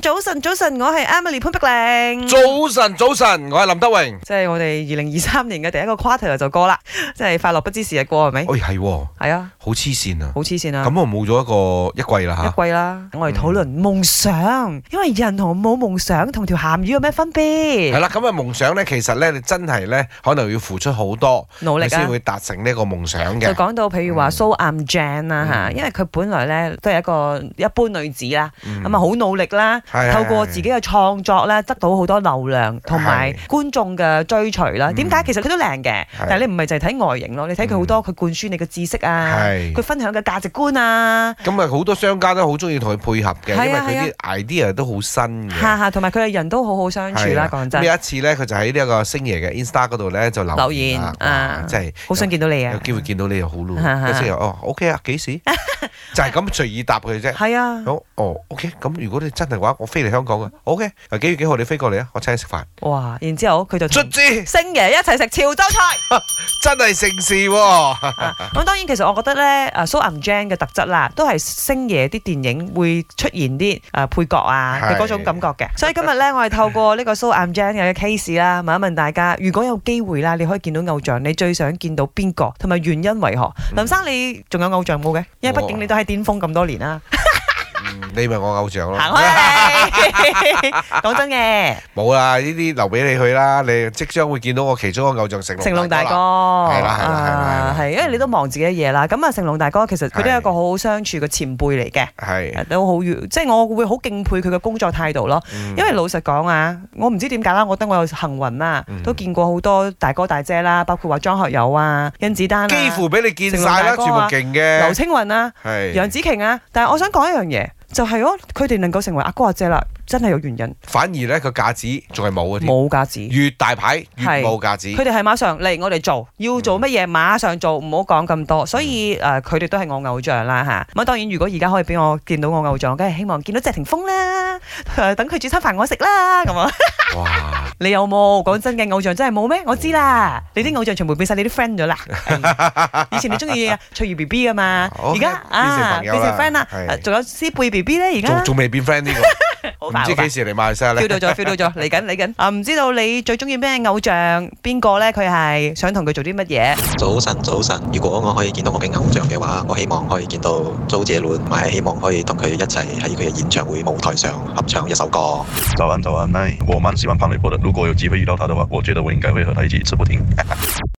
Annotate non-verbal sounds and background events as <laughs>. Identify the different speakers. Speaker 1: 早晨，早晨，我係 Emily 潘碧玲。
Speaker 2: 早晨，早晨，我係林德榮。
Speaker 1: 即係我哋二零二三年嘅第一個 quarter 就過啦，即係快樂不知時日過係咪？
Speaker 2: <laughs> 哎，係喎，
Speaker 1: 係啊，
Speaker 2: 好黐
Speaker 1: <laughs>
Speaker 2: 線啊！
Speaker 1: 好黐線啊！
Speaker 2: 咁我啊嗯冇咗一個一季啦
Speaker 1: <laughs>
Speaker 2: 吓。
Speaker 1: 一季啦，我哋討論夢想，因為人同冇夢想同條鹹魚有咩分
Speaker 2: 係
Speaker 1: 別？
Speaker 2: 啦，咁啊夢想咧，其實咧你真係咧，可能要付出好多，
Speaker 1: 努力
Speaker 2: 你先
Speaker 1: 啊！
Speaker 2: 會達成呢個夢想
Speaker 1: 就 <laughs>
Speaker 2: 嘅。
Speaker 1: 講到譬如話
Speaker 2: 嗯
Speaker 1: So I'm Jan 啦嚇，
Speaker 2: 嗯
Speaker 1: 因為佢本來咧都係一個一般女子啦，
Speaker 2: 嗯
Speaker 1: 咁啊好努力啦，
Speaker 2: 係
Speaker 1: 透過自己嘅創作咧得到好多流量同埋
Speaker 2: 係
Speaker 1: 觀眾嘅追隨啦。
Speaker 2: 嗯
Speaker 1: 點解其實佢都靚嘅，但係你唔係就係睇外形咯，你睇佢好多佢灌輸你嘅知識啊，
Speaker 2: 係
Speaker 1: 佢分享嘅價值觀啊，
Speaker 2: 咁啊，好多商家都好中意同佢配合嘅，
Speaker 1: 係啊
Speaker 2: 因為佢
Speaker 1: 係
Speaker 2: 啲 idea 都好新
Speaker 1: 下
Speaker 2: 嘅。
Speaker 1: 下同埋佢嘅人都好好相處啦。
Speaker 2: 係啊
Speaker 1: 講
Speaker 2: 咁
Speaker 1: 真，
Speaker 2: 有一次咧，佢就喺呢一個星爺嘅 Insta 嗰度咧就
Speaker 1: 留
Speaker 2: 留
Speaker 1: 言
Speaker 2: 言
Speaker 1: 啊
Speaker 2: 啊，即係
Speaker 1: 好想見到你
Speaker 2: 有
Speaker 1: 啊！
Speaker 2: 機會見到你又好咯。
Speaker 1: 啊
Speaker 2: 即係哦，OK 啊，
Speaker 1: <laughs>
Speaker 2: 幾時？就係咁隨意答佢啫。
Speaker 1: 係啊，
Speaker 2: 好哦，OK，咁如果你真係話我飛嚟香港嘅，OK，啊幾月幾號你飛過嚟啊？我請你食飯。
Speaker 1: 哇！然之後佢就
Speaker 2: 卒
Speaker 1: 同
Speaker 2: 之
Speaker 1: 星爺一齊食潮州菜。
Speaker 2: 真係盛事喎， <laughs>
Speaker 1: 啊咁當然其實我覺得咧，啊蘇銀 Jane 嘅特質啦，都係星爺啲電影會出現啲誒配角啊嘅
Speaker 2: 係
Speaker 1: 嗰種感覺嘅。所以今日咧，我係透過呢個蘇銀 Jane 嘅 case 啦，問一問大家，如果有機會啦，你可以見到偶像，你最想見到邊個，同埋原因為何？林生，你仲有偶像冇嘅？因為畢竟你都喺巔峰咁多年啦，
Speaker 2: 嗯你咪我
Speaker 1: <laughs>
Speaker 2: 偶像咯。
Speaker 1: 行啊
Speaker 2: <laughs>
Speaker 1: 開。講真嘅，
Speaker 2: 冇啦，呢啲留俾你去啦，你即將會見到我其中一個偶像成龍
Speaker 1: 成龍大哥，
Speaker 2: 啦。係啦係啦係啦
Speaker 1: 啊
Speaker 2: 係啦
Speaker 1: 係因為你都忙自己嘅嘢啦。咁啊，成龍大哥其實佢都係一個
Speaker 2: 係
Speaker 1: 好好相處嘅前輩嚟嘅。
Speaker 2: 係，
Speaker 1: 都好遠，即係我會好敬佩佢嘅工作態度咯。
Speaker 2: 因
Speaker 1: 因為老實講啊，我唔知點解啦，我覺得我有幸運啦，
Speaker 2: 嗯
Speaker 1: 都見過好多大哥大姐啦，包括話張學友啊、甄子丹啊、
Speaker 2: 幾乎俾你見晒
Speaker 1: 成龍大
Speaker 2: 啦，全部
Speaker 1: 哥啊
Speaker 2: 勁
Speaker 1: 劉
Speaker 2: 嘅，
Speaker 1: 青雲啊、
Speaker 2: 係
Speaker 1: 楊紫瓊啊。但係我想講一樣嘢，就係咯，佢哋能夠成為阿哥阿姐啦，真係有原因，
Speaker 2: 反而咧個架子仲係冇嘅添，
Speaker 1: 冇架子。
Speaker 2: 越大牌越
Speaker 1: 係
Speaker 2: 冇架子。
Speaker 1: 佢哋係馬上嚟，我哋做，要做乜嘢馬上做，唔好講咁
Speaker 2: 嗯
Speaker 1: 多。所以誒，呃佢、哋都係我偶像啦吓，咁啊，當然如果而家可以俾我見到我偶像，梗係希望見到謝霆鋒啦， <laughs> 呃等佢煮餐飯我食啦，咁啊。
Speaker 2: 哇！
Speaker 1: <laughs> 你有冇？講真嘅，偶像真係冇咩？我知啦，你啲偶像全部變晒你啲 friend 咗
Speaker 2: <laughs>
Speaker 1: 啦。哎以前你中意啊翠如 B B 噶嘛，
Speaker 2: 好
Speaker 1: 而家啊
Speaker 2: 變成朋
Speaker 1: 變
Speaker 2: 友啦
Speaker 1: 成 friend 啦，
Speaker 2: 係
Speaker 1: 啊仲有師貝 B B 咧，而
Speaker 2: 仲
Speaker 1: 家
Speaker 2: 仲未變 friend 呢
Speaker 1: 好
Speaker 2: 個，唔
Speaker 1: 快
Speaker 2: 知
Speaker 1: 好快
Speaker 2: 幾時嚟馬來西亞咧？
Speaker 1: ，feel 到咗，feel 到咗，嚟緊嚟緊啊！唔知道你最中意咩偶像？邊個咧？佢係想同佢做啲乜嘢？
Speaker 3: 早晨，早晨。如果我可以見到我嘅偶像嘅話，我希望可以見到周杰倫，同埋希望可以同佢一齊喺佢嘅演唱會舞台上合唱一首歌。
Speaker 4: 早安，早安，麦。我蛮喜欢潘玮柏的，如果有机会遇到他的话，我觉得我应该会和他一起一直不停。